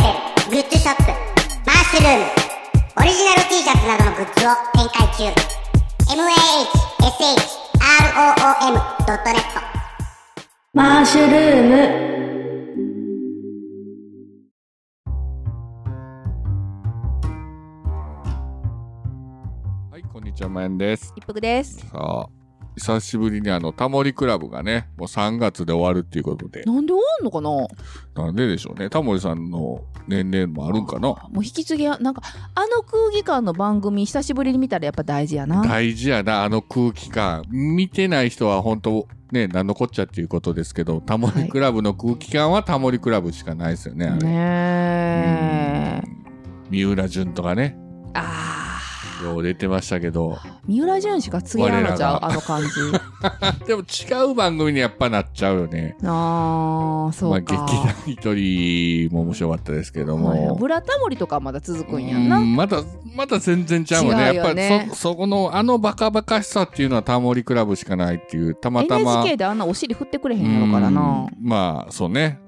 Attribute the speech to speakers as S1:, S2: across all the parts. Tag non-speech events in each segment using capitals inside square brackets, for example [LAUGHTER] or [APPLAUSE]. S1: ショップマッシュルームオリジナル T シャツなどのグッズを展開中 mahshroom.net
S2: マッシュルーム
S3: はい、こんにちは、まやんです。
S4: 一服です。
S3: さあ、久しぶりにあの、タモリクラブがね、もう3月で終わるっていうことで。
S4: なんで終わんのかなも
S3: なんででしょうね。タモリさんの年齢もあるんかな。
S4: う引き継ぎや、なんか、あの空気感の番組、久しぶりに見たらやっぱ大事やな。
S3: 大事やな、あの空気感。見てない人は本当ね、なんのこっちゃっていうことですけど、タモリクラブの空気感はタモリクラブしかないですよね。あれ
S4: ねえ。
S3: 三浦淳とかね、
S4: あ
S3: よう出てましたけど。 [LAUGHS]
S4: ー三浦淳しか継ぎなのちゃう
S3: 我らが
S4: あの感
S3: [LAUGHS]
S4: じ。
S3: でも違う番組にやっぱなっちゃうよね。
S4: あー、そうか。
S3: まあ、劇団一人も面白かったですけども。
S4: はいブラタモリとかまだ続くんやん
S3: う
S4: な。
S3: んまだまだ全然ちゃうもんね
S4: 違う
S3: やっぱ
S4: よね
S3: りそそこのあのバカバカしさっていうのはタモリクラブしかないっていうたまたま
S4: NHK であんなお尻振ってくれへんやろからな。
S3: うんまあそうね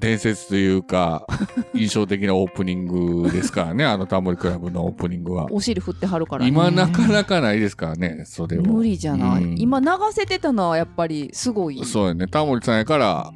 S3: 伝説というか
S4: [LAUGHS]
S3: 印象的なオープニングですからねあのタモリクラブのオープニングは、
S4: お尻振ってはるからね。
S3: 今なかなかないですからねそれを
S4: 無理じゃな
S3: うん
S4: い。今流せてたのはやっぱりすごい。
S3: そうやねタモリさんやから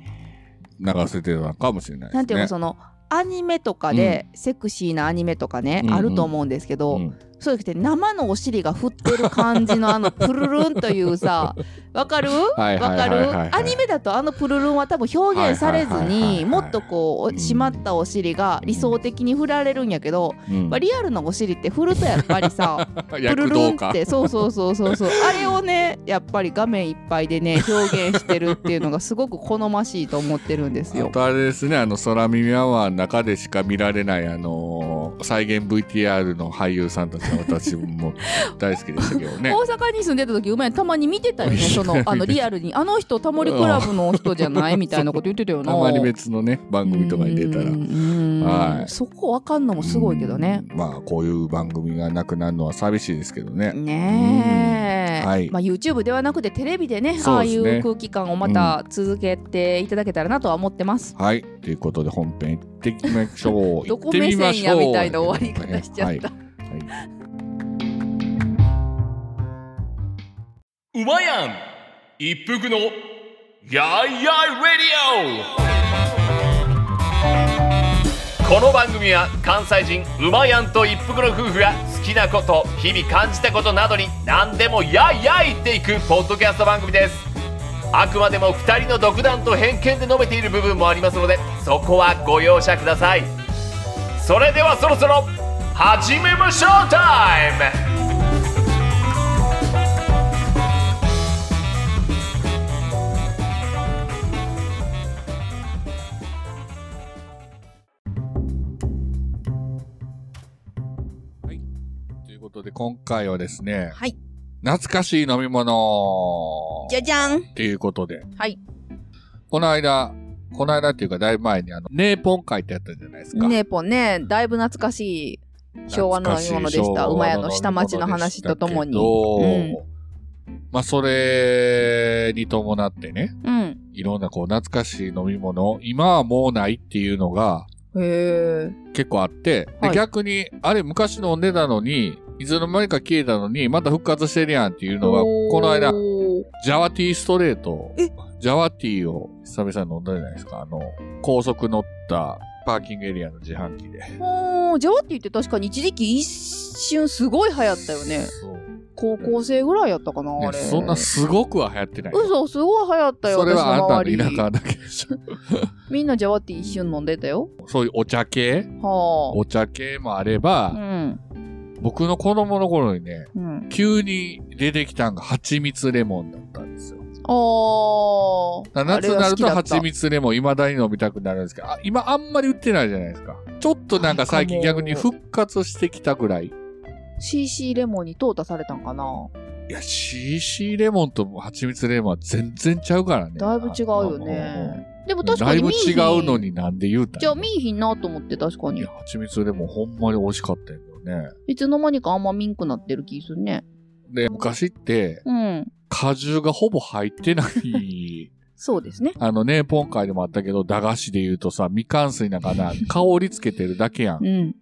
S3: 流せてたのかもしれないですね
S4: なんていうかそのアニメとかで、セクシーなアニメとかね、
S3: うんうん
S4: あると思うんですけど、
S3: うん
S4: そうじゃなくて生のお尻が振ってる感じのあの
S3: [LAUGHS]
S4: プルルンというさわかる
S3: はい
S4: わか
S3: はいはいはい
S4: るアニメだとあのプルルンは多分表現されず
S3: はいはいはいはいはい
S4: にもっとこうお締まったお尻が理想的に振られるんやけど、
S3: うん
S4: まあ、リアルなお尻って振るとやっぱりさプル
S3: [LAUGHS] 躍
S4: ルン
S3: 動
S4: っ
S3: 感
S4: てそうそうそうそうそうあれをねやっぱり画面いっぱいでね表現してるっていうのがすごく好ましいと思ってるんです
S3: あ
S4: よ。
S3: とあれですね、あの、空耳アワーの中でしか見られない、あのー再現 VTR の俳優さんたちは私も大好きでしたけど
S4: [LAUGHS]
S3: ね。
S4: 大阪に住んでた時うまいたまに見て
S3: [LAUGHS]
S4: たよねそのあのリアルにあの人タモリクラブの人じゃないみたいなこと言ってたよ
S3: [LAUGHS] た
S4: な
S3: まに別のね、番組とかに出た
S4: う
S3: ら。
S4: ん
S3: はい
S4: そこわかんのもすごいけどね
S3: うん。まあ、こういう番組がなくなるのは寂しいですけどね。
S4: ねえ、
S3: うんはい
S4: まあ、YouTube ではなくてテレビでねあ
S3: そう
S4: あ
S3: で
S4: い
S3: すね
S4: う空気感をまた続けていただけたらなとは思ってます、
S3: はい。ということで、本編行ってきましょ
S4: [LAUGHS]
S3: う。
S4: どこ
S3: 行ってみま
S4: 目線
S3: し
S4: や
S3: ょう
S4: みたいな終わり方しちゃった
S3: はいはいう
S5: まやん一服のやいやいレディオこの番組は関西人うまやんと一服の夫婦が好きなこと日々感じたことなどに何でもやいやい言っていくポッドキャスト番組ですあくまでも2人の独断と偏見で述べている部分もありますのでそこはご容赦くださいそれではそろそろ始めましょうタイム
S3: ということで、今回はですね、
S4: はい
S3: 懐かしい飲み物
S4: じゃじゃん
S3: っていうことで。
S4: はい。
S3: この間、この間っていうか、だいぶ前に、あの、ネーポン会ってやったじゃないですか。
S4: ねえぽんねだいぶ懐かしい昭和の飲み物でした
S3: 懐かしい
S4: 馬屋の下町の話とともに
S3: 昭和の飲み物でしたけどまあ、それに伴ってね、
S4: うん
S3: いろんなこう、懐かしい飲み物、今はもうないっていうのが
S4: へえ
S3: 結構あって、
S4: は
S3: で
S4: い
S3: 逆に、あれ昔飲んでたのに、いつの間にか消えたのに、また復活してるやんっていうのが、この間、ジャワティーストレート。ジャワティーを久々に飲んだじゃないですか。あの、高速乗ったパーキングエリアの自販機で。
S4: おージャワティって確かに一時期一瞬すごい流行ったよね
S3: そう
S4: 高校生ぐらいやったかな
S3: ね
S4: あれ
S3: そんなすごくは流行ってない。
S4: 嘘すごい流行ったよ
S3: それはあなた
S4: 私
S3: の
S4: の周
S3: 田
S4: り
S3: 舎だけでしょ。
S4: みんなジャワティ一瞬飲んでたよ
S3: そういうお茶系
S4: は
S3: お茶系もあれ
S4: あう
S3: ば、
S4: ん
S3: 僕の子供の頃にね、
S4: うん
S3: 急に出てきたんが蜂蜜レモンだったんですよ。
S4: ああ
S3: だから夏になると蜂
S4: 蜜
S3: 蜜レモン未だに飲みたくなるんですけど、あ今あんまり売ってないじゃないですか。ちょっとなんか最近逆に復活してきたぐらい。
S4: CC レモンに淘汰されたんかない
S3: や、CC レモンと蜂蜜レモンは全然ちゃうからね。
S4: だいぶ違うよねでも確か
S3: だい
S4: に
S3: ぶ
S4: 見いひ
S3: 違
S4: ん
S3: うのになんで言うたん
S4: じゃあ見いひんなと思って確か
S3: い
S4: に
S3: や、蜂蜜レモンほんまに美味しかったんだよね。
S4: いつの間にかあんまミンクなってる気するね
S3: で、昔って
S4: うん [LAUGHS]
S3: 果汁がほぼ入ってない
S2: そうですね。
S3: あのね、ポン会でもあったけど、駄菓子で言うとさ、みかん水なんかな、香りつけてるだけやん
S4: う。ん。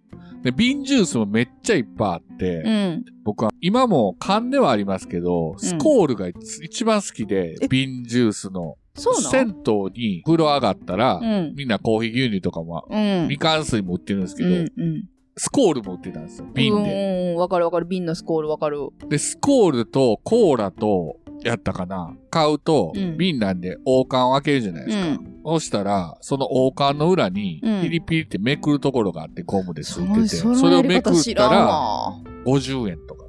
S3: で、瓶ジュースもめっちゃいっぱいあって、
S4: うん。
S3: 僕は今も缶ではありますけど、スコールが一番好きで、
S4: え
S3: 瓶ジュースの。
S4: そうな
S3: 銭湯に風呂上がったら、
S4: のうん。
S3: みんなコーヒー牛乳とかも、
S4: うん。
S3: みかん水も売ってるんですけ
S4: う
S3: ど、
S4: んうん。
S3: スコールも売ってたんですよ、瓶で。
S4: うんうん。わかるわかる。瓶のスコールわかる。
S3: で、スコールとコーラと、やったかな買うと、
S4: うん
S3: 瓶なんで王冠を開けるじゃない
S4: う
S3: ですか。
S4: ん。
S3: そしたら、その王冠の裏に
S4: う、ん
S3: ピリピリってめくるところがあって、ゴムでついてて、
S4: その
S3: それ
S4: や
S3: を
S4: り
S3: めく
S4: 方
S3: っ
S4: 知ら
S3: た
S4: ん
S3: ら、
S4: わ。
S3: 50円とか。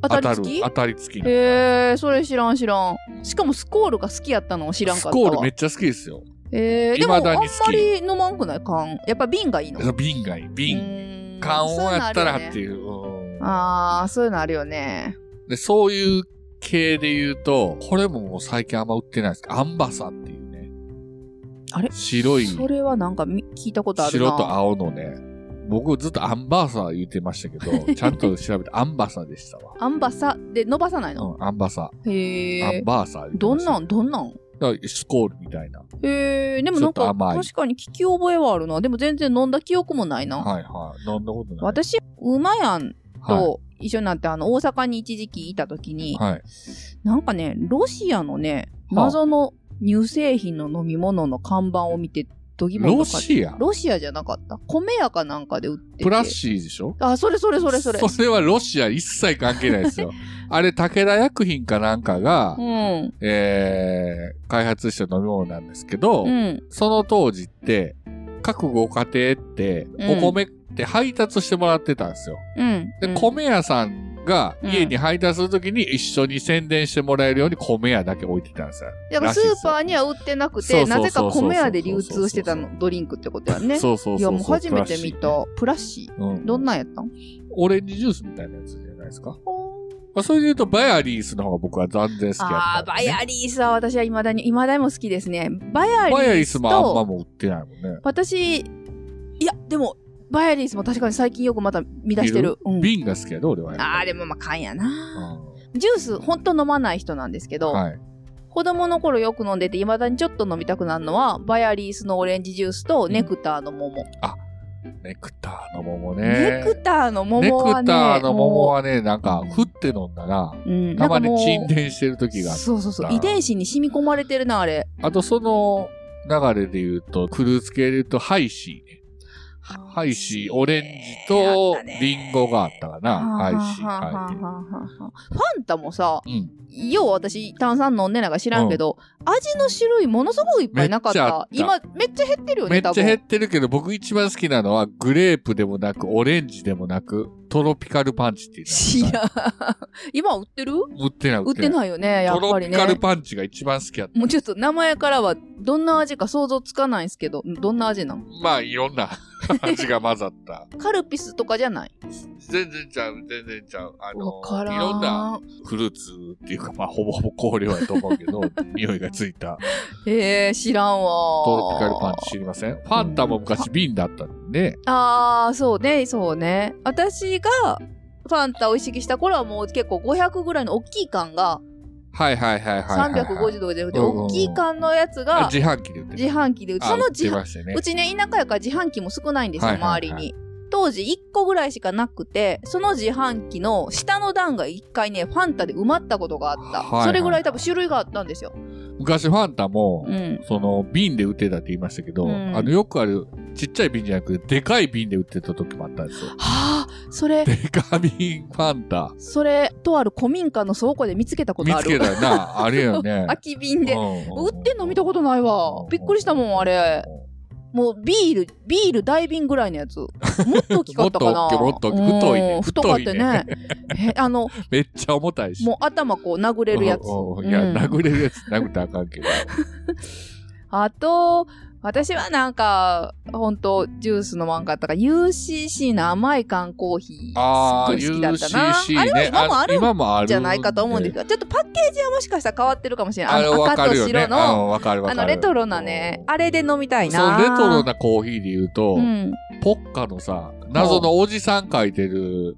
S4: 当たり付き
S3: 当たる当たり付きなんです
S4: へえ、それ知らん知らん。しかもスコールが好きやったのを知らんかった
S3: ス
S4: わ。
S3: コールめっちゃ好きですよ。
S4: えー、でもあん
S3: 未だ
S4: ま
S3: に好き
S4: り飲まんくない缶やっぱ瓶がいいの
S3: 瓶がいい。瓶。
S4: 瓶
S3: 缶をやったらって
S4: う
S3: いう。うん
S4: のあるよねあーそういうのあるよね
S3: で、そういう系で言うと、これももう最近あんま売ってないですけど、アンバサっていうね。
S4: あれ
S3: 白い、
S4: それはなんかみ聞いたことある
S3: 白
S4: な
S3: と青のね。僕ずっとアンバーサー言ってましたけ
S4: [LAUGHS]
S3: ど、ちゃんと調べてアンバサーでしたわ。
S4: アンバサで伸ばさないの、
S3: うん、アンバサ
S4: へ
S3: ー。アン
S4: え
S3: バーサー言ってました
S4: どんなんどんなん
S3: だからスコールみたいな。
S4: へえでもなん
S3: ちょっと
S4: か
S3: 甘い
S4: 確かに聞き覚えはあるなでも全然飲んだ記憶もないな、
S3: はいはい。飲んだことない。
S4: 私馬やん
S3: はい
S4: と一緒になって、あの大阪に一時期いた時に、
S3: はい。
S4: なんかね、ロシアのね、
S3: はあ
S4: 謎の乳製品の飲み物の看板を見て、ドギモン
S3: ロ
S4: とか。
S3: シア
S4: ロシアじゃなかった。米屋かなんかで売ってて。
S3: プラッシーでしょ
S4: あ、それそれそれそれ。
S3: それはロシア一切関係ないで
S4: [LAUGHS]
S3: すよ。あれ、武田薬品かなんかが、
S4: うん。
S3: えー開発した飲み物なんですけど、
S4: うん。
S3: その当時って、各ご家庭って、
S4: うん
S3: お米って配達してもらってたんですよ。
S4: うん。
S3: で、
S4: うん
S3: 米屋さんが家に配達するときに一緒に宣伝してもらえるように米屋だけ置いてたんですよ。
S4: だからスーパー
S3: に
S4: には売ってなく
S3: そうそう
S4: て、
S3: そうそ
S4: な
S3: う
S4: ぜか米屋で流通してた
S3: そうそう
S4: のドリンクってことやね。
S3: そうそうそうそ
S4: いや、
S3: う。
S4: もう初めて見
S3: プラ
S4: た。プラッシ
S3: スチック。う
S4: ー。どんなんやったん
S3: オレンジジュースみたいなやつじゃないですか。まあ、それで言うと、バヤリースの方が僕は断然好きだった、
S4: あー、バヤリースは私は未だに、未だにも好きですね。バヤリースと。
S3: バヤリースもあんまもう売ってないもんね。
S4: 私、いや、でも、バイアリースも確かに最近よくまた見出してる。うん、
S3: 瓶が好きやで、俺はやっ
S4: あ
S3: ぱ
S4: あ、
S3: り。
S4: でもまあ缶やな。
S3: う
S4: ジュース、ほんと飲まない人なんですけど、
S3: んはい。
S4: 子供の頃よく飲んでて、未だにちょっと飲みたくなるのは、バイアリースのオレンジジュースとネクターの桃。
S3: ネクターの桃
S4: ネ
S3: ね。
S4: クターの桃はね、
S3: ネクターの桃
S4: も
S3: はね、なんか、振って飲んだら、
S4: う、うん、
S3: たまに
S4: な
S3: 沈
S4: んかも
S3: 殿してる時
S4: う
S3: がある
S4: そうそうそう、遺伝子に染み込まれてるな、あれ。
S3: あと、その流れで言うと、クルーズ系で言うと、ハイシーね。ハイシー、オレンジと
S4: あったね、
S3: リンゴがあったかな。ハイシー。
S4: はあはあはあは
S3: は
S4: あはあファンタもさ、
S3: い。うん。
S4: よう私炭酸飲んでないから知らんけど、味の種類ものすごくいっぱいなかった
S3: めっちゃあった
S4: 今めっちゃ減ってるよ
S3: め
S4: ね
S3: っち
S4: 多
S3: ゃ
S4: 分
S3: 減ってるけど、僕一番好きなのは、グレープでもなく、オレンジでもなく、トロピカルパンチっていう
S4: い
S3: のが。
S4: や [LAUGHS] 今売ってる
S3: 売ってない、
S4: 売ってないよねやっ
S3: トロ
S4: ぱり
S3: ピ
S4: ね
S3: カルパンチが一番好きやった。
S4: もうちょっと名前からはどんな味か想像つかないんですけどどんな味なの
S3: まあ、いろんな [LAUGHS] 味が混ざった。
S4: カルピスとかじゃない
S3: 全然ちゃう、全然ちゃう。あ
S4: わ
S3: の
S4: か、らん
S3: いろんなフルーツっていうか、まあ、ほぼほぼ香料やと思う [LAUGHS] けど、匂いがついた。
S4: えー、知らんわ
S3: トロピカルパンチ知りませんファンタも昔瓶だったんで、
S4: あーそうねそうね私がファンタを意識した頃はもう結構500ぐらいの大きい缶が
S3: はいはいはいはいはいはい。
S4: 350とかじゃなくて
S3: うんうんうん
S4: 大きい缶のやつが
S3: 自販機で売って
S4: 自販機でうちその自
S3: 販
S4: 販
S3: ましたよね
S4: う。ちね田舎やから自販機も少ないんですよ、
S3: はいはいはい
S4: 周りに当時1個ぐらいしかなくてその自販機の下の段が1回ねファンタで埋まったことがあった、
S3: はいはい
S4: それぐらい多分種類があったんですよ、
S3: 昔ファンタも、
S4: うん、
S3: その瓶で売ってたって言いましたけど、
S4: うん
S3: あのよくあるちっちゃい瓶じゃなくてでかい瓶で売ってた時もあったんですよ。
S4: はあそれ
S3: でか瓶ファンタ。
S4: それとある古民家の倉庫で見つけたこと
S3: 見
S4: あ
S3: つけ
S4: る
S3: たよな。あれよね。
S4: [LAUGHS] 空き瓶で
S3: うん
S4: 売ってんの見たことないわびっくりしたもんあれ。もうビールビール大瓶ぐらいのや
S3: [LAUGHS]
S4: つもっと大きかったかな
S3: もっと大きいもっと大きい
S4: うん
S3: 太
S4: 太か
S3: い
S4: っ
S3: ね
S4: たね [LAUGHS] えあの
S3: めっちゃ重たいし。
S4: もう頭こう殴れるやつ
S3: うんうんいや、
S4: うん
S3: 殴れるやつ殴ったらあかん
S4: [LAUGHS]
S3: けど。
S4: あと、私はなんか、ほんと、ジュース飲まんかったから、UCC の甘い缶コーヒ
S3: あ
S4: ー、す
S3: あ、
S4: っごい好きだったな。
S3: UCC ね。
S4: あれは今もあるん
S3: 今もある
S4: じゃないかと思うんですけど、ちょっとパッケージはもしかしたら変わってるかもしれない。
S3: あれ
S4: の
S3: わか
S4: 赤と
S3: るよね。
S4: 白の、
S3: うんわかるわか
S4: あ
S3: る。
S4: のレトロなね、あれで飲みたい
S3: そう、
S4: な。
S3: レトロなコーヒーで言うと、
S4: うん。
S3: ポッカのさ、謎のおじさん描いてる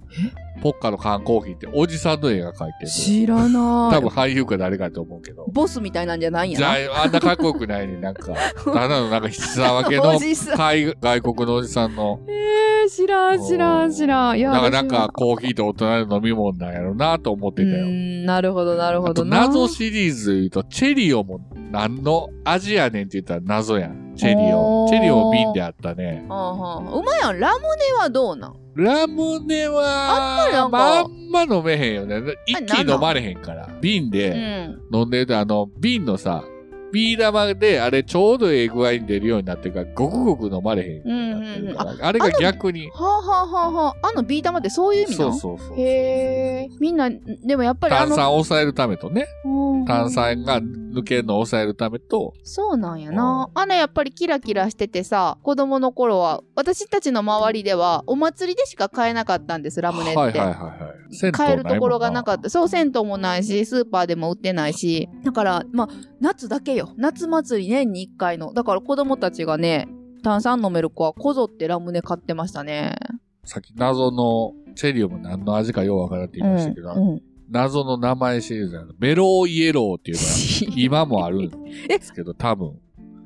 S3: ポッカの缶コーヒーっておじさんの絵が描いてる。
S4: 知らな
S3: 多
S4: い
S3: 分俳優か誰かと思うけど。
S4: ボスみたいなんじゃないんや
S3: じ
S4: な
S3: ゃあ、あんなかっこよくないね。なんか、ただのなんか必殺分け
S4: [LAUGHS]
S3: の
S4: おじさん
S3: 海外国のおじさんの。
S4: えー、知らん知らん知らんいや
S3: だからなん
S4: 私
S3: か
S4: は
S3: コーヒーと大人の飲み物なんやろうなと思って
S4: う
S3: たよ。
S4: ーんなるほどなるほ
S3: あ
S4: ど
S3: と
S4: な
S3: 謎シリーズで言うと、チェリオも何の味やねんって言ったら謎やん。チェリ
S4: お
S3: オ。
S4: ー
S3: チェリオ瓶であったね。
S4: はんはんうまいやんラムネはどうなん
S3: ラムネは、
S4: あんまなんか
S3: まあんま飲めへんよね。一気に飲まれへんから。瓶
S4: う
S3: で
S4: ん
S3: 飲んでるあの、瓶のさ、ビー玉であれちょうどええ具合に出るようになってるから、ごくごく飲まれへんようになってるから。あれが逆に。
S4: はあ、はあはあはあ、あのビー玉ってそういう意味な
S3: そ
S4: の
S3: うそうそう。
S4: へえみんなでもやっぱりあ
S3: 炭
S4: の
S3: 酸を抑えるためとね。
S4: うん
S3: 炭酸が抜けるのを抑えるためと、
S4: そうなんやな。あれやっぱりキラキラしててさ、子供の頃は、私たちの周りでは、お祭りでしか買えなかったんです、ラムネって。
S3: はいはいはいはい。銭湯
S4: 買えるところがなか
S3: っ
S4: った。そう、銭湯もないし、スーパーでも売ってないし。だから、まあ、夏だけよ。夏祭り年に1回の。だから子供たちがね、炭酸飲める子はこぞってラムネ買ってましたね。
S3: た。さっき謎のチェリオも何の味かようわからんって言いましたけど、
S4: うんうん
S3: 謎の名前シリーズなの。メローイエローっていうのが今もあるんですけど、多分。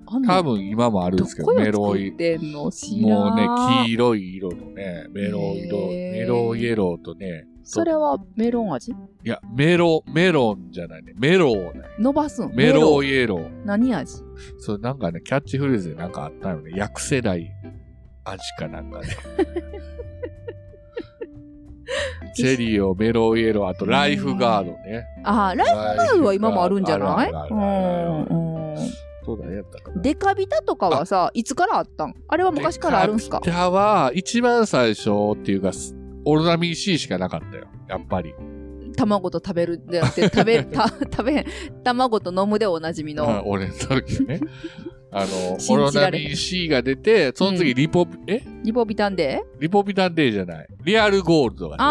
S4: あんの
S3: 多分今もあるんですけど、メ
S4: ど
S3: ロ
S4: こ
S3: イ
S4: よ。作ってんの知らん
S3: もうね、黄色い色のね、メロイ色、
S4: へー
S3: メロイエローとね、
S4: それはメロン味
S3: いや、メロ、メロンじゃないね、メローね。
S4: 伸ばすん
S3: メロ
S4: ン
S3: イエロー。
S4: 何味
S3: それなんかね、キャッチフレーズでなんかあったよね。薬世代味かなん
S4: [LAUGHS]
S3: かね。チェリオ、メロイエロー、あとライフガードね。
S4: あー、ライ
S3: ラ
S4: フ
S3: イ
S4: ガードは今もあるんじゃない
S3: フガー
S4: う
S3: ドあるあるあるある
S4: んうん
S3: そうだね、やったかな。
S4: デカビタとかはさ、いつからあったんあれは昔からあるんすか
S3: でカピタは、一番最初っていうか、すオロナミン C しかなかったよ。やっぱり。
S4: 卵と食べるでや
S3: [LAUGHS]
S4: って食べた食べへん卵と飲むでおなじみ
S3: まあ
S4: の
S3: 俺の時は
S4: [LAUGHS]
S3: ね。あの、オ
S4: 信
S3: ロ
S4: じ
S3: ナ
S4: られへん
S3: ミン C が出て、その次リポ、え
S4: リポビタンで
S3: リポビタンデーじゃない。リアルゴールドが出て。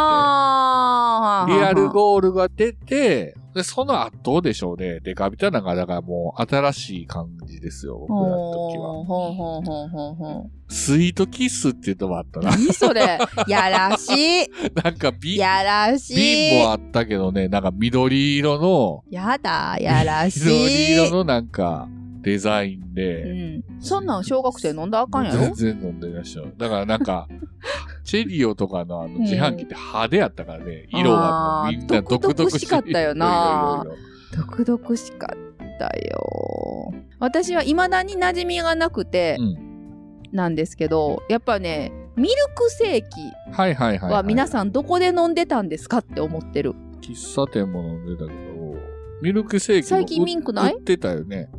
S4: あー
S3: リアルゴールが出て、で、その後でしょうね。デカビタなんか、だからもう新しい感じですよ、僕らの時は。
S4: ほうほうほうほうほうほう
S3: スイートキッスっていうのもあったな。 [LAUGHS]
S4: 何それやらし
S3: なんか
S4: い
S3: 瓶、
S4: やらしい
S3: 瓶もあったけどね、なんか緑色の、
S4: やだやらし
S3: 緑
S4: い
S3: 色のなんかデザイン
S4: う
S3: で、
S4: ん、そんなん小学生飲んだらあかんや
S3: 全
S4: ろ
S3: 然飲んでましたよ。だからなんか、
S4: [LAUGHS]
S3: チェリオとかのあの自販機って派手やったからね、色はもうみんな
S4: あー
S3: 独特
S4: 独々しかったよな独々しかったよ私は未だに馴染みがなくて
S3: いろいろいろいろ
S4: なんですけど、やっぱねミルクセーキ
S3: うん。はいはいはい、は。
S4: はい皆さんどこで飲んでたんですかって思ってる
S3: 喫茶店も飲んでたけど、ミルクセーキも
S4: 最近ミンクない
S3: 売ってたよね。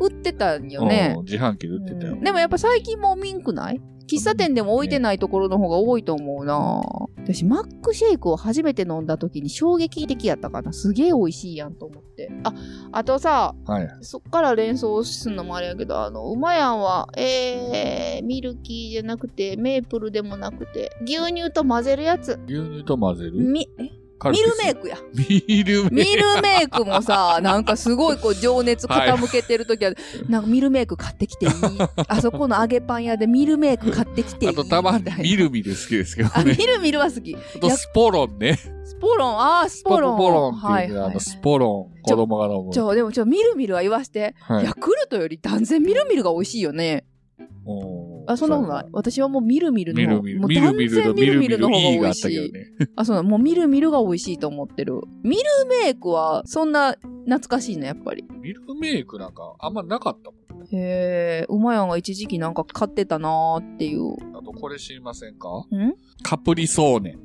S4: 売ってたんよね
S3: うん、自販機で売ってたよ。
S4: うんでもやっぱ最近もうミンクない喫茶店でも置いてないところの方が多いと思うな私マックシェイクを初めて飲んだ時に衝撃的やったかなすげえ美味しいやんと思ってああとさ
S3: はい。
S4: そっから連想すんのもあれやけどあのうまやんはえー、ミルキーじゃなくてメープルでもなくて牛乳と混ぜるやつ
S3: 牛乳と混ぜる
S4: みえ
S3: カル
S4: ミ
S3: ピ
S4: ル
S3: ス
S4: メイクや
S3: ミルメ
S4: ミ
S3: イク。
S4: ルメイクもさ、なんかすごいこう情熱傾けてる時は、なんかミルメイク買ってきていいあそこの揚げパン屋でミルメイク買ってきていい
S3: あとたまに
S4: みたいな
S3: ミルミル好きですけど
S4: あ、ミ
S3: ね。
S4: ルミルは好き。
S3: あとスポロンね。
S4: スポロン、ああ、ス
S3: スポ
S4: ポ
S3: ロ
S4: ロ
S3: ン。
S4: ン。
S3: スポロンって
S4: はい
S3: いうね、
S4: は
S3: あ
S4: い
S3: の、スポロン。
S4: ち
S3: 子
S4: ょ
S3: 供が飲む。
S4: ちょ、でもちょ、ミルミルは言わして、
S3: はい
S4: ヤクルトより断然ミルミルが美味しいよね。
S3: うん
S4: あ、そんなことない。私はもうミルミルの
S3: ミ
S4: 方
S3: ルミ
S4: もう
S3: ル。ミルミルと
S4: 断然
S3: ミ
S4: ミ
S3: ル
S4: ル
S3: ミ
S4: ミ
S3: ル
S4: ルの
S3: の
S4: 方が
S3: E
S4: 美
S3: があっ
S4: 味した
S3: けど
S4: い。
S3: ね。
S4: あ、そうなのもうミルミルが美味しいと思ってる。ミルメイクはそんな懐かしいの、やっぱり。
S3: ミルメイクなんかあんまなかったもん。
S4: へえ、うまやんが一時期なんか買ってたなーっていう。
S3: あとこれ知りませんか
S4: ん
S3: カプリソーネ。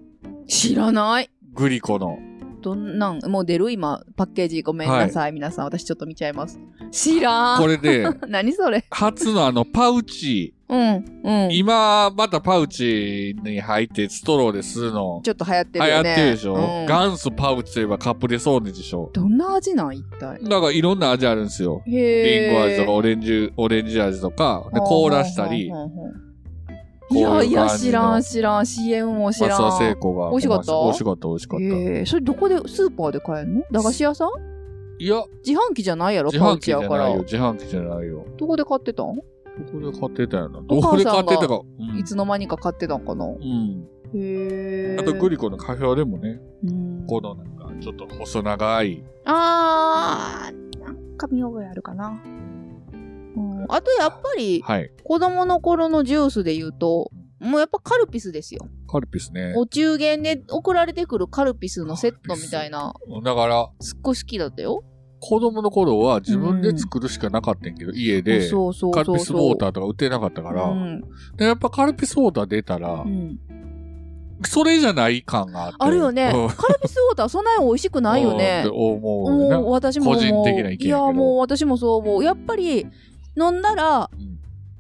S4: 知らない。
S3: グリコの。
S4: どんなん、もう出る今、パッケージごめんなさい。皆さん、私ちょっと見ちゃいます。知らん。
S3: これで、
S4: [LAUGHS] 何それ。
S3: 初のあの、パウチ。
S4: うん、うん。
S3: 今、またパウチに入ってストローでするの。
S4: ちょっと流行って
S3: 流
S4: る
S3: 行
S4: よ
S3: っ
S4: ね。
S3: てるでしょ、
S4: うん
S3: 元祖パウチといえばカプレソーネでしょ
S4: どんな味なん一体。
S3: だからいろんな味あるんですよ。
S4: へ
S3: リ
S4: え。
S3: ンゴ味とかオレンジ、オレンジ味とか、で、凍らしたり、
S4: ほ
S3: ま
S4: うほうほうほう。
S3: こう
S4: い
S3: いう
S4: や
S3: 感じ
S4: い
S3: の
S4: や、知らん、知らん。CM も知らん。
S3: あ、そう、成功が。
S4: 美味しかった
S3: 美味しかった、美味しかった。
S4: へえ。それどこで、スーパーで買えるの駄菓子屋さん
S3: いや、
S4: 自販機じゃないやろ
S3: 自
S4: パ
S3: 販
S4: ウ
S3: 機
S4: チ
S3: じゃ
S4: やか
S3: ない
S4: ら
S3: よ、。自販機じゃないよ。
S4: どこで買ってたん
S3: ここで買ってたよな。ど
S4: お
S3: こ
S4: 母
S3: で
S4: さ
S3: 買
S4: んが
S3: ってたか。うん
S4: いつの間にか買ってたんかな。
S3: うん。
S4: へえ。
S3: あとグリコのカフェオレもね、
S4: うん
S3: このなんか、ちょっと細長い。
S4: あー、なんか見覚えあるかな。うん、あとやっぱり、
S3: はい。
S4: 子供の頃のジュースで言うと、もうやっぱカルピスですよ。
S3: カルピスね。
S4: お中元で送られてくるカルピスのセットみたいな、
S3: だから、
S4: すっごい好きだったよ。
S3: 子供の頃は自分で作るしかなかったんやけど、家で。
S4: そうそうそ
S3: カ
S4: うそ
S3: ル
S4: う。
S3: ピスウォーターとか売ってなかったから、
S4: うん
S3: でやっぱカルピスウォーター出たら、
S4: うん
S3: それじゃない感があって。
S4: あるよね。
S3: うん
S4: カルピスウォーターそんなに美味しくないよね
S3: うんっ。て思うよな
S4: もう私も思う
S3: 個人的な意見やけど
S4: いやもう私もそう思うやっぱり飲んだら
S3: ん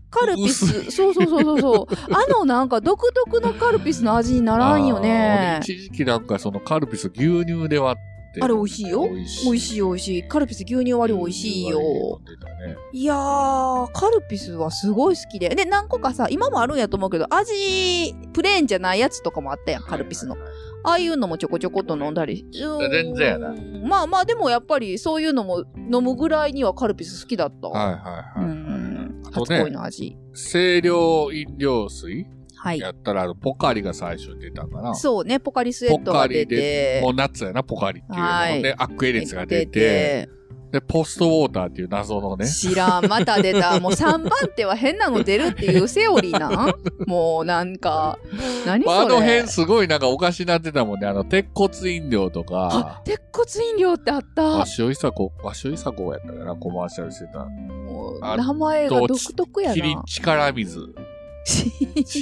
S4: カルピ
S3: 薄
S4: スそうそうそうそうそう
S3: [LAUGHS]
S4: あのなんか独特のカルピスの味にならんよ
S3: あー
S4: ね
S3: 一時期なんかそのカルピスを牛乳で割って。
S4: あれ美味しいよ
S3: 美味し
S4: 美味しい美味しいカルピス牛乳割り美味しいよ
S3: 牛乳割り飲んでたね
S4: いやーカルピスはすごい好きでで何個かさ今もあるんやと思うけど味プレーンじゃないやつとかもあったやんカルピスのああいうのもちょこちょこと飲んだり
S3: 全然やな
S4: うんまあまあでもやっぱりそういうのも飲むぐらいにはカルピス好きだった
S3: はいはいはい。
S4: うん
S3: あとね
S4: 初恋の味。
S3: 清涼飲料水
S4: はい。
S3: やったらあのポカリが最初に出たんかな。
S4: そうね、ポカリスエ
S3: ポ
S4: ットが
S3: カ
S4: 出
S3: リで
S4: て、
S3: もう夏やな、ポカリっていう
S4: は
S3: の。
S4: い
S3: で、アクエリアスが出て、で、ポストウォーターっていう謎のね。
S4: 知らん、また出
S3: [LAUGHS]
S4: た。もう3番手は変なの出るっていうセオリーなんもうなんか、何
S3: まあ
S4: そ
S3: あ
S4: れ
S3: の辺すごいなんかおかしなってたもんね。あの、鉄骨飲料と
S4: あ
S3: か、、
S4: 鉄骨飲料ってあった
S3: わ。しおいさこ、わしおいさこやったかな、コマーシャルしてた。
S4: もう
S3: あ
S4: 名前が独特や
S3: キリ
S4: な。
S3: 力水。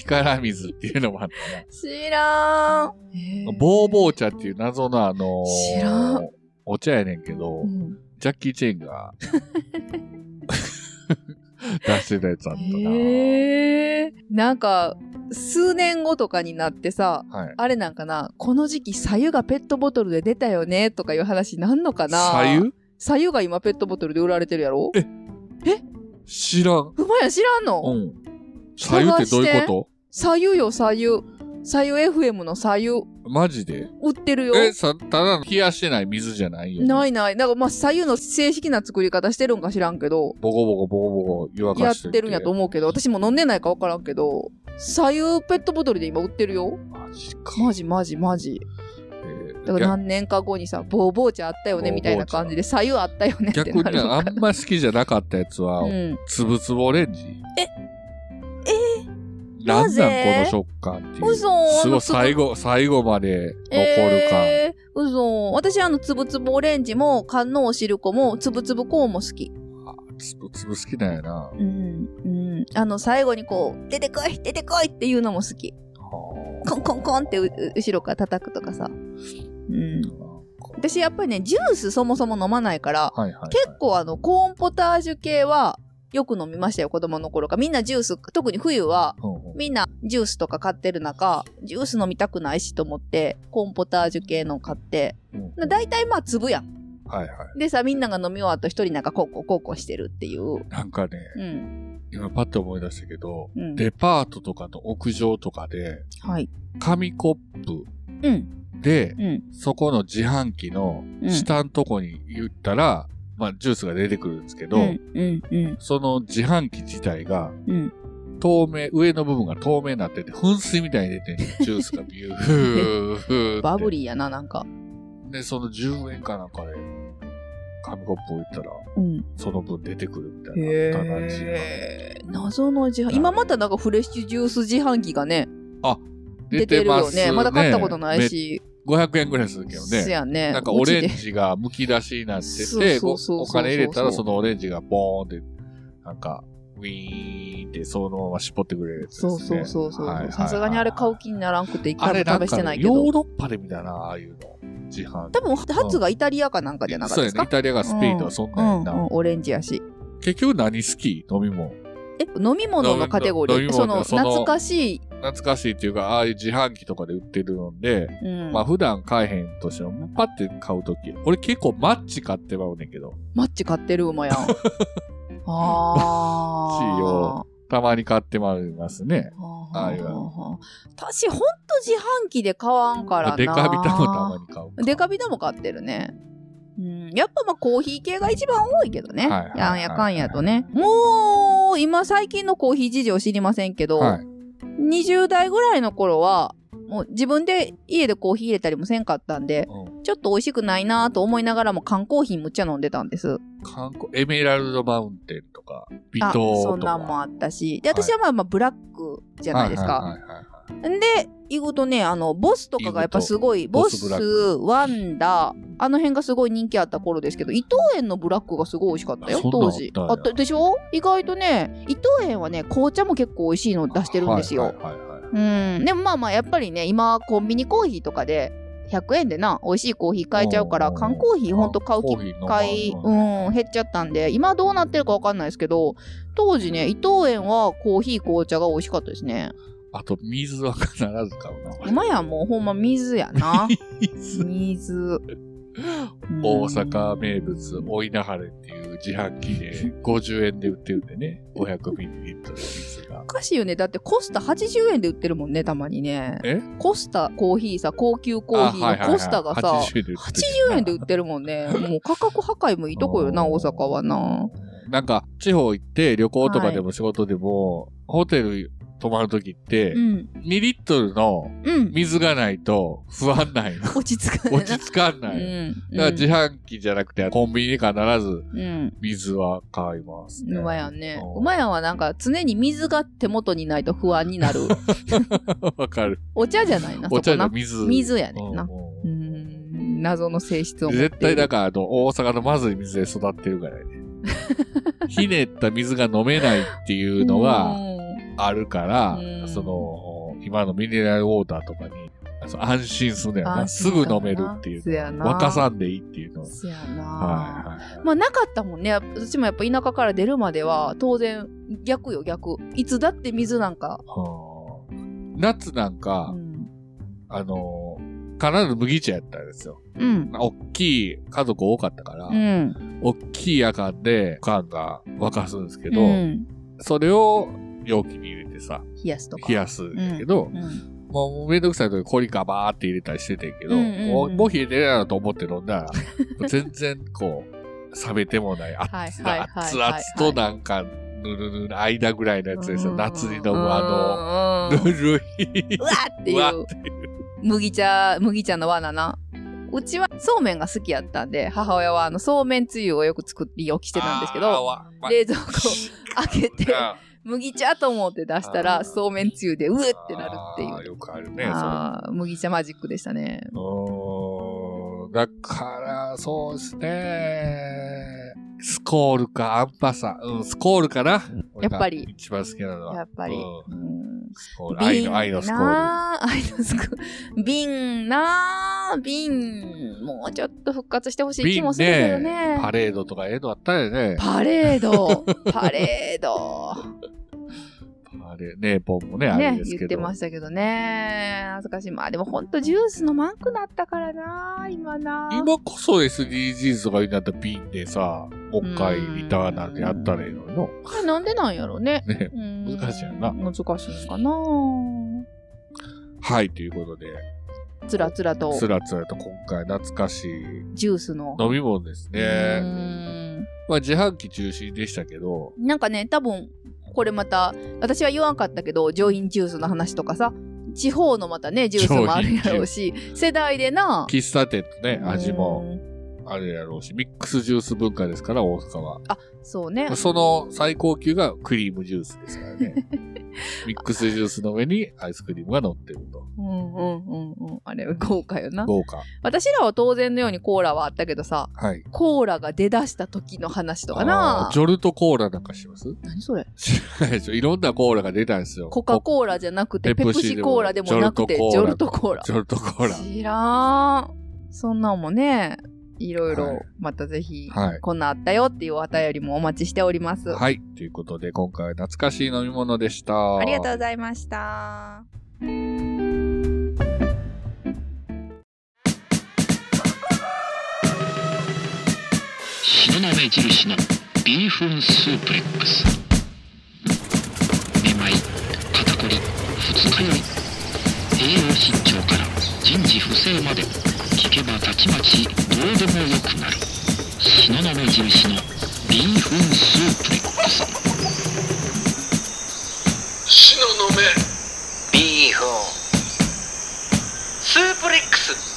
S3: 力水っていうのもあったな。
S4: [LAUGHS] 知らん。えー
S3: ボーボー茶っていう謎のあの
S4: 知らん
S3: お茶やねんけど、
S4: うん
S3: ジャッキー・チェン
S4: [LAUGHS]
S3: が出してたやつあったな。
S4: へえなんか、数年後とかになってさ、
S3: はい。
S4: あれなんかなこの時期、さゆがペットボトルで出たよねとかいう話なんのかな
S3: さゆ
S4: さゆが今ペットボトルで売られてるやろ
S3: 知らん。
S4: うまやん知らん
S3: う
S4: の
S3: ん。さゆってどういうこ
S4: さゆよ、さゆ。さゆ FM のさゆ。
S3: とマジで
S4: 売ってるよ。
S3: え、さ、ただの冷やしてない水じゃないよ。
S4: ないない。なんかまあ、さゆの正式な作り方してるんか知らんけど、
S3: ボコボコボコボコ湯沸
S4: や
S3: か
S4: っ
S3: して
S4: てるんやと思うけど、私も飲んでないかわからんけど、さゆペットボトルで今売ってるよ。
S3: マジか。
S4: マジマジマジ。
S3: えー
S4: だから何年か後にさ、ボーボー茶あったよねみたいな感じで、さゆあったよねって
S3: 逆
S4: な
S3: に
S4: るの
S3: あ
S4: か
S3: んま好きじゃなかったやつは
S4: う、ん。
S3: つぶつぶオレンジ。え、えな
S4: なん
S3: なんこの
S4: ぜ
S3: 食感っていう。
S4: 嘘あの
S3: すごい、
S4: つぶ
S3: 最後、最後まで残る感。
S4: えー、嘘私あのつぶつぶオレンジも観音おしるこもつぶつぶコーンも好き
S3: つぶつぶ好きなんやな。は
S4: うんうんあの最後にこう「出てこい出てこい!」っていうのも好きコンコンコンってうう後ろから叩くとかさうん私やっぱりねジュースそもそも飲まないから
S3: あはいはい。
S4: 結構あのコーンポタージュ系はよく飲みましたよ子供の頃からみんなジュース特に冬は
S3: うんうん
S4: みんなジュースとか買ってる中ジュース飲みたくないしと思ってコーンポタージュ系の買って
S3: うん
S4: だ大体まあ粒やん
S3: はいはい。
S4: でさみんなが飲み終わった一人なんかコーコーコーコーしてるっていう
S3: なんかね、
S4: うん
S3: 今パッと思い出したけど、
S4: うん
S3: デパートとかの屋上とかで、
S4: はい
S3: 紙コップ
S4: うん
S3: で、
S4: うん
S3: そこの自販機の
S4: うん
S3: 下のとこに言ったら、まあジュースが出てくるんですけど、
S4: うんうんうん
S3: その自販機自体が
S4: うん
S3: 透明、上の部分が透明になってて、噴水みたいに出てんねんジュースがビューふーふーって。
S4: バブリーやななんか
S3: で、その10円かなんかで、紙コップ置いたら、
S4: うん
S3: その分出てくるみたいな感じが。
S4: へえ謎の自販今またなんかフレッシュジュース自販機がね出てるよ
S3: ます
S4: ねまだ買ったことない。し
S3: め500円ぐらいするけど
S4: す
S3: ね。
S4: やね
S3: なんかオレン
S4: うちで
S3: ジがむき出しになっ
S4: そ
S3: て
S4: う
S3: て、
S4: そ
S3: ご
S4: うそうそう
S3: お金入れたらそのオレンジがボーンって、なんか、ウィーンってそのまま絞ってくれるやつです
S4: そ
S3: ね。
S4: うそうそうそう
S3: はいはいはい
S4: さすがにあれ買う気にならんくて一
S3: あ
S4: 回も
S3: れなん
S4: 試し
S3: か
S4: て
S3: ね
S4: ないけ
S3: ヨ
S4: ど
S3: ーロッパでみたいな、ああいうの。自販
S4: 多分ハツがイタリアかなんかじゃなかった
S3: そう
S4: で
S3: や
S4: す
S3: ね。
S4: か
S3: イタリアがスペインとかそんなんやんな。
S4: うんうんオレンジやし
S3: 結局何好き飲み物。
S4: え飲み物のカテゴリ
S3: 飲み
S4: ーその
S3: 物その
S4: 懐かしい
S3: 懐かしいっていうか、ああいう自販機とかで売ってるので、
S4: うん
S3: まあ普段買えへんとしても、パッて買うとき。俺結構マッチ買ってまうねんけど。
S4: マッチ買ってる馬
S3: [LAUGHS]
S4: やん。あ
S3: マッチ
S4: あ
S3: よ。たまに買ってまいりますね。
S4: あ
S3: あい
S4: あ
S3: う
S4: 私、ほんと自販機で買わんからな。
S3: デカビタもたまに買うか。
S4: デカビタも買ってるね。うん、やっぱまあコーヒー系が一番多いけどね。
S3: はいはいはいはい
S4: やんやかんやとね。ももう今最近のコーヒー事情知りませんけど、
S3: はい。
S4: 20代ぐらいの頃は、もう自分で家でコーヒー入れたりもせんかったんで、
S3: うん
S4: ちょっと美味しくないなと思いながらも缶コーヒーむっちゃ飲んでたんです。
S3: 観光、エメラルドマウンテンとか、微
S4: あ、
S3: 糖とか。
S4: そんなんもあったし。で、私はまあまあブラックじ
S3: じ
S4: ゃないですか。
S3: はいはいはいはい
S4: んで、行くとね、あの、ボスとかがやっぱすごい、
S3: グと
S4: ボ
S3: ボス
S4: ス、
S3: ブラッ
S4: ワンダー、あの辺がすごい人気あった頃ですけど、伊藤園のブラックがすごい美味しかったよ
S3: そ、んなん
S4: 当時。
S3: あったん
S4: あ
S3: や
S4: ったでしょ意外とね、伊藤園はね、紅茶も結構美味しいの出してるんですよ。
S3: はいはいはいはい
S4: うん。でもまあまあ、やっぱりね、今、コンビニコーヒーとかで、100円でな、美味しいコーヒー買えちゃうから、
S3: うん
S4: 缶コーヒーほんと買う
S3: コ
S4: 機
S3: ーヒー飲まん
S4: 会、
S3: の
S4: う
S3: ね
S4: ん、減っちゃったんで、今どうなってるかわかんないですけど、当時ね、伊藤園はコーヒー、紅茶が美味しかったですね。
S3: あと、水は必ず買うな。
S4: 今やもうほんま水やな。
S3: [LAUGHS] 水
S4: 水。うん
S3: 大阪名物、お稲晴れっていう自販機で、50円で売ってるんでね、500ミリリットルの水が
S4: お。かしいよね。だってコスタ80円で売ってるもんね、たまにね。
S3: え
S4: コスタコーヒーさ、高級コーヒ
S3: あはい
S4: ーの
S3: はいはい
S4: コスタがさ、
S3: 80円で売ってる
S4: 80円で売ってるもんね。もう価格破壊もいいとこ
S3: [LAUGHS]
S4: よな、
S3: うん
S4: 大阪はな。
S3: なんか、地方行って、旅行とかでも仕事でも、ホテル泊まるときって、
S4: うん。
S3: 2リットルの
S4: うん。
S3: 水がないと不安ないの。
S4: 落ち着 [LAUGHS] かない
S3: 落
S4: な
S3: ち。着かん
S4: う
S3: ない。
S4: ん。
S3: だから自販機じゃなくて、コンビニに必ず
S4: うん。
S3: 水は買います、ね。
S4: 馬やんね
S3: うん。
S4: 馬やんはなんか常に水が手元にないと不安にな
S3: [LAUGHS]
S4: る。
S3: わかる。
S4: お茶じゃないな、そ
S3: お
S4: こ
S3: 茶の
S4: な。
S3: 水。
S4: 水やねんな。
S3: う
S4: うん
S3: うんうん
S4: ーん、謎の性質を持っている
S3: 絶対だからあの、大阪のまずい水で育ってるから
S4: [LAUGHS]
S3: ね。ひねった水が飲めないっていうの
S4: う
S3: が
S4: ん
S3: あるから
S4: う、ん
S3: その、今のミネラルウォーターとかに、その安心するのよな。
S4: 安
S3: す
S4: 心
S3: ぐ
S4: 感
S3: 飲めるっていう
S4: せや
S3: の。
S4: な
S3: 沸かさんでいいっていうの。はい
S4: せやな、
S3: はい。
S4: まあなかったもんね私もやっぱ田舎から出るまでは当然逆よ逆いつだって水なんか、
S3: うん夏なん
S4: う
S3: か、
S4: ん
S3: あの、必ず麦茶やったんですよ。
S4: うん
S3: おっきい家族多かったから
S4: う、ん
S3: おっきい夜間で缶が沸かすんですけど
S4: う、ん
S3: それを容器に入れてさ、
S4: 冷やすとか
S3: 冷やすんだけど、
S4: うん
S3: もうめんどくさい時にコリカバーって入れたりしててんけど、
S4: うんうんうん
S3: もうもう冷えてるやろと思って飲んだ
S4: [LAUGHS]
S3: ら、全然こう、冷めてもない、
S4: はい
S3: 熱
S4: はいはい
S3: 々、熱々となんか、ぬるぬる間ぐらいのやつですよ。夏に飲む
S4: あ
S3: あの、ぬるい。
S4: うわっていう
S3: わ
S4: う麦茶麦茶の罠なうちはそうめんが好きやったんで母親はあのそうめんつゆをよく作り置きしてたんですけ
S3: あー
S4: ど
S3: わま
S4: 冷蔵庫を開けて
S3: あ
S4: 麦茶と思って出した
S3: あー
S4: らそうめんつゆでうえってなるって
S3: あー
S4: いう
S3: よくあるね、それ。
S4: あー麦茶マジックでしたね
S3: うーんだから、そうですね。スコールか、アンパサ。うん、スコールかな。
S4: やっぱり
S3: 俺が一番好きなのは。
S4: やっぱり、
S3: う
S4: うんん、
S3: スコール。愛の、愛のスコール。
S4: なー愛のスコール瓶なー瓶もうちょっと復活してほしい気
S3: 瓶
S4: もするけどね
S3: ね、パレードとかええのあったよね。
S4: パレードパレード
S3: あれ、ね、ポンもね、あれ
S4: ね
S3: です
S4: 言
S3: け
S4: って
S3: ど。
S4: ましたけどね恥ずかしいまあでもほんとジュース飲まんくなったからなー今なー
S3: 今こそ SDGs とかになったら瓶でさ、もう一回リターナルやったらええのにの。
S4: なんでなんやろうね
S3: [LAUGHS] ね。
S4: うん
S3: 難しいよな
S4: 難しいのかなー
S3: はい、ということで、
S4: つらつらと
S3: つらつらと今回懐かしい飲
S4: ジュースの。
S3: み物です
S4: うー
S3: ね。
S4: ん
S3: まあ自販機中心でしたけど、
S4: なんかね、多分、これまた、私は言わんかったけど、上品ジュースの話とかさ、地方のまたね、ジュースもあるやろうし、世代でな、
S3: 喫茶店とね、味も
S4: うん。
S3: あれやろうし、ミックスジュース文化ですから、大阪は。
S4: そうね。
S3: その最高級がクリームジュースですか
S4: [LAUGHS]
S3: らね。ミックスジュースの上にアイスクリームが乗ってると。
S4: うんうんうんうん。あれ、豪華よな。
S3: 豪華。
S4: 私らは当然のようにコーラはあったけどさ、
S3: はい。
S4: コーラが出だした時の話とか
S3: あ
S4: な
S3: ー。ジョルトコーラなんかします [LAUGHS]
S4: 何それ
S3: 知らないでしょ。いろんなコーラが出たんですよ。
S4: コカ・コーラじゃなくて、
S3: ペ
S4: ペ
S3: プ
S4: プ
S3: シ
S4: シ
S3: でも
S4: コーラでもなくて、
S3: ジ
S4: ジョ
S3: ョル
S4: ル
S3: ト
S4: トコーラ。
S3: ジョルトコーラ。
S4: 知らん。そんなんもね、いろい
S3: は
S4: ろ
S3: い、
S4: またぜひ、
S3: はい
S4: こんなんあったよっていうお便りもお待ちしております。
S3: はい。ということで、今回は懐かしい飲み物でした。
S4: ありがとうございました。
S6: 白鍋印のビーフンスープレックスめまい肩こり二日酔い栄養失調から人事不正まで聞けばたちまちどうでもよくなる白鍋印のビーフンスープレックス
S7: 東雲
S6: ビーフォンスープレックス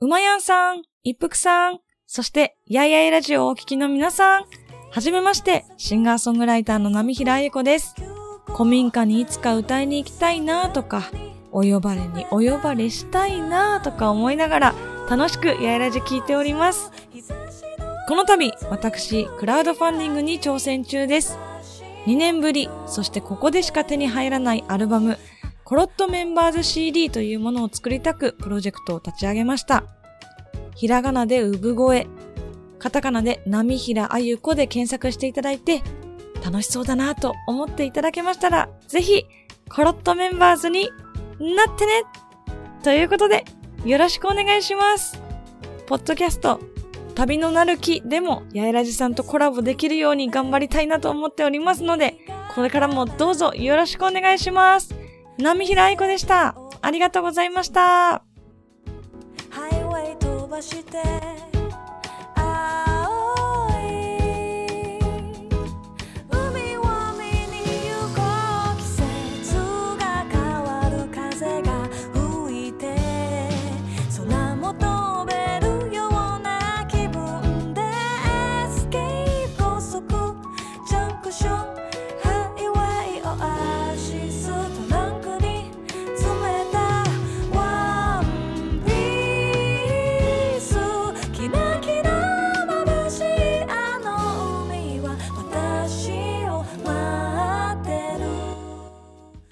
S8: うまやんさん、一服さん、そして、やいやいラジオをお聞きの皆さん、はじめまして、シンガーソングライターの波平愛子です。古民家にいつか歌いに行きたいなとか、お呼ばれにお呼ばれしたいなとか思いながら、楽しくやいラジ聞いております。この度、私、クラウドファンディングに挑戦中です。2年ぶり、そしてここでしか手に入らないアルバム、コロットメンバーズ CD というものを作りたくプロジェクトを立ち上げました。ひらがなで産声、カタカナで波平あゆこで検索していただいて、楽しそうだなと思っていただけましたら、ぜひ、コロットメンバーズになってねということで、よろしくお願いしますポッドキャスト、旅のなる木でも、やえらじさんとコラボできるように頑張りたいなと思っておりますので、これからもどうぞよろしくお願いします波平愛子でしたありがとうございました
S9: ハイウェイ飛ばして青い海を見に行こう季節が変わる風が吹いて空も飛べるような気分でエスケープ高速ジャンクションハイウェイオアシストランクに詰めたワンピースキラキラ眩しいあの海は私を待ってる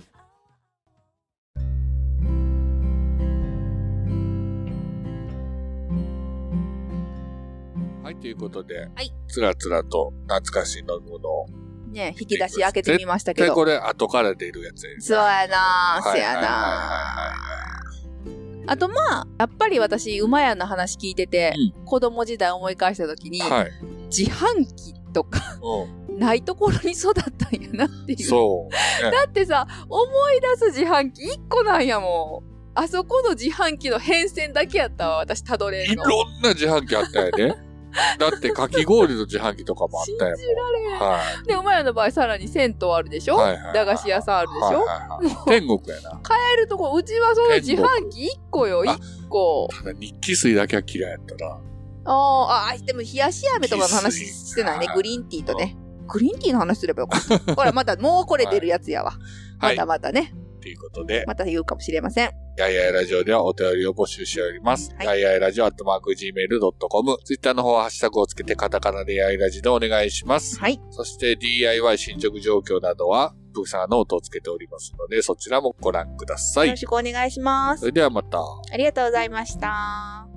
S3: はい、ということで、
S4: はい
S3: つらつらと懐かしのものを。
S4: ね、引き出し開けてみましたけ
S3: で、
S4: ど。
S3: これ後から出るやつや
S4: そうやな
S3: は
S4: せ
S3: い
S4: や
S3: はい
S4: な
S3: はいはいはい
S4: あとまあ、やっぱり私、馬やんの話聞いてて、子供時代思い返した時に、
S3: はい。
S4: 自販機とかないところに育ったんやなっていう。
S3: そう。
S4: だってさ、思い出す自販機1個なんやもん。あそこの自販機の変遷だけやったわ、私たどれ
S3: い
S4: んの。
S3: ろんな自販機あったんや
S4: [LAUGHS]
S3: で。だって、かき氷の自販機とかもあったや
S4: 信じられん。
S3: もん。はい。
S4: で、お前らの場合、さらに銭湯あるでしょ、
S3: はいはいはい
S4: 駄菓子屋さんあるでしょ、
S3: はいはいはい天国やな。
S4: 買えるとこ、うちはその自販機1個よ、
S3: あ
S4: 1個。
S3: ただ日記水だけは嫌いやったな。
S4: あーあー、でも冷やし飴とかの話
S3: キス
S4: してないね
S3: あ、ー
S4: グリーンティーとね。グリーンティーの話すればよか
S3: [LAUGHS]
S4: った。ほら、また、もうこれ出るやつやわ。
S3: はい
S4: また。またね、
S3: ということで、
S4: また言うかもしれません。
S3: やいやいラジオではお便りを募集しております。
S4: はい
S3: やいやいラジオアットマーク Gmail.com。ツイッターの方はハッシュタグをつけてカタカナでやいラジでお願いします。
S4: はい。
S3: そして DIY 進捗状況などは、プーさんの音をつけておりますので、そちらもご覧くださ
S4: よ
S3: い
S4: ろ。しくお願いしま
S3: そ
S4: す
S3: れ。ではまた。
S4: ありがとうございました。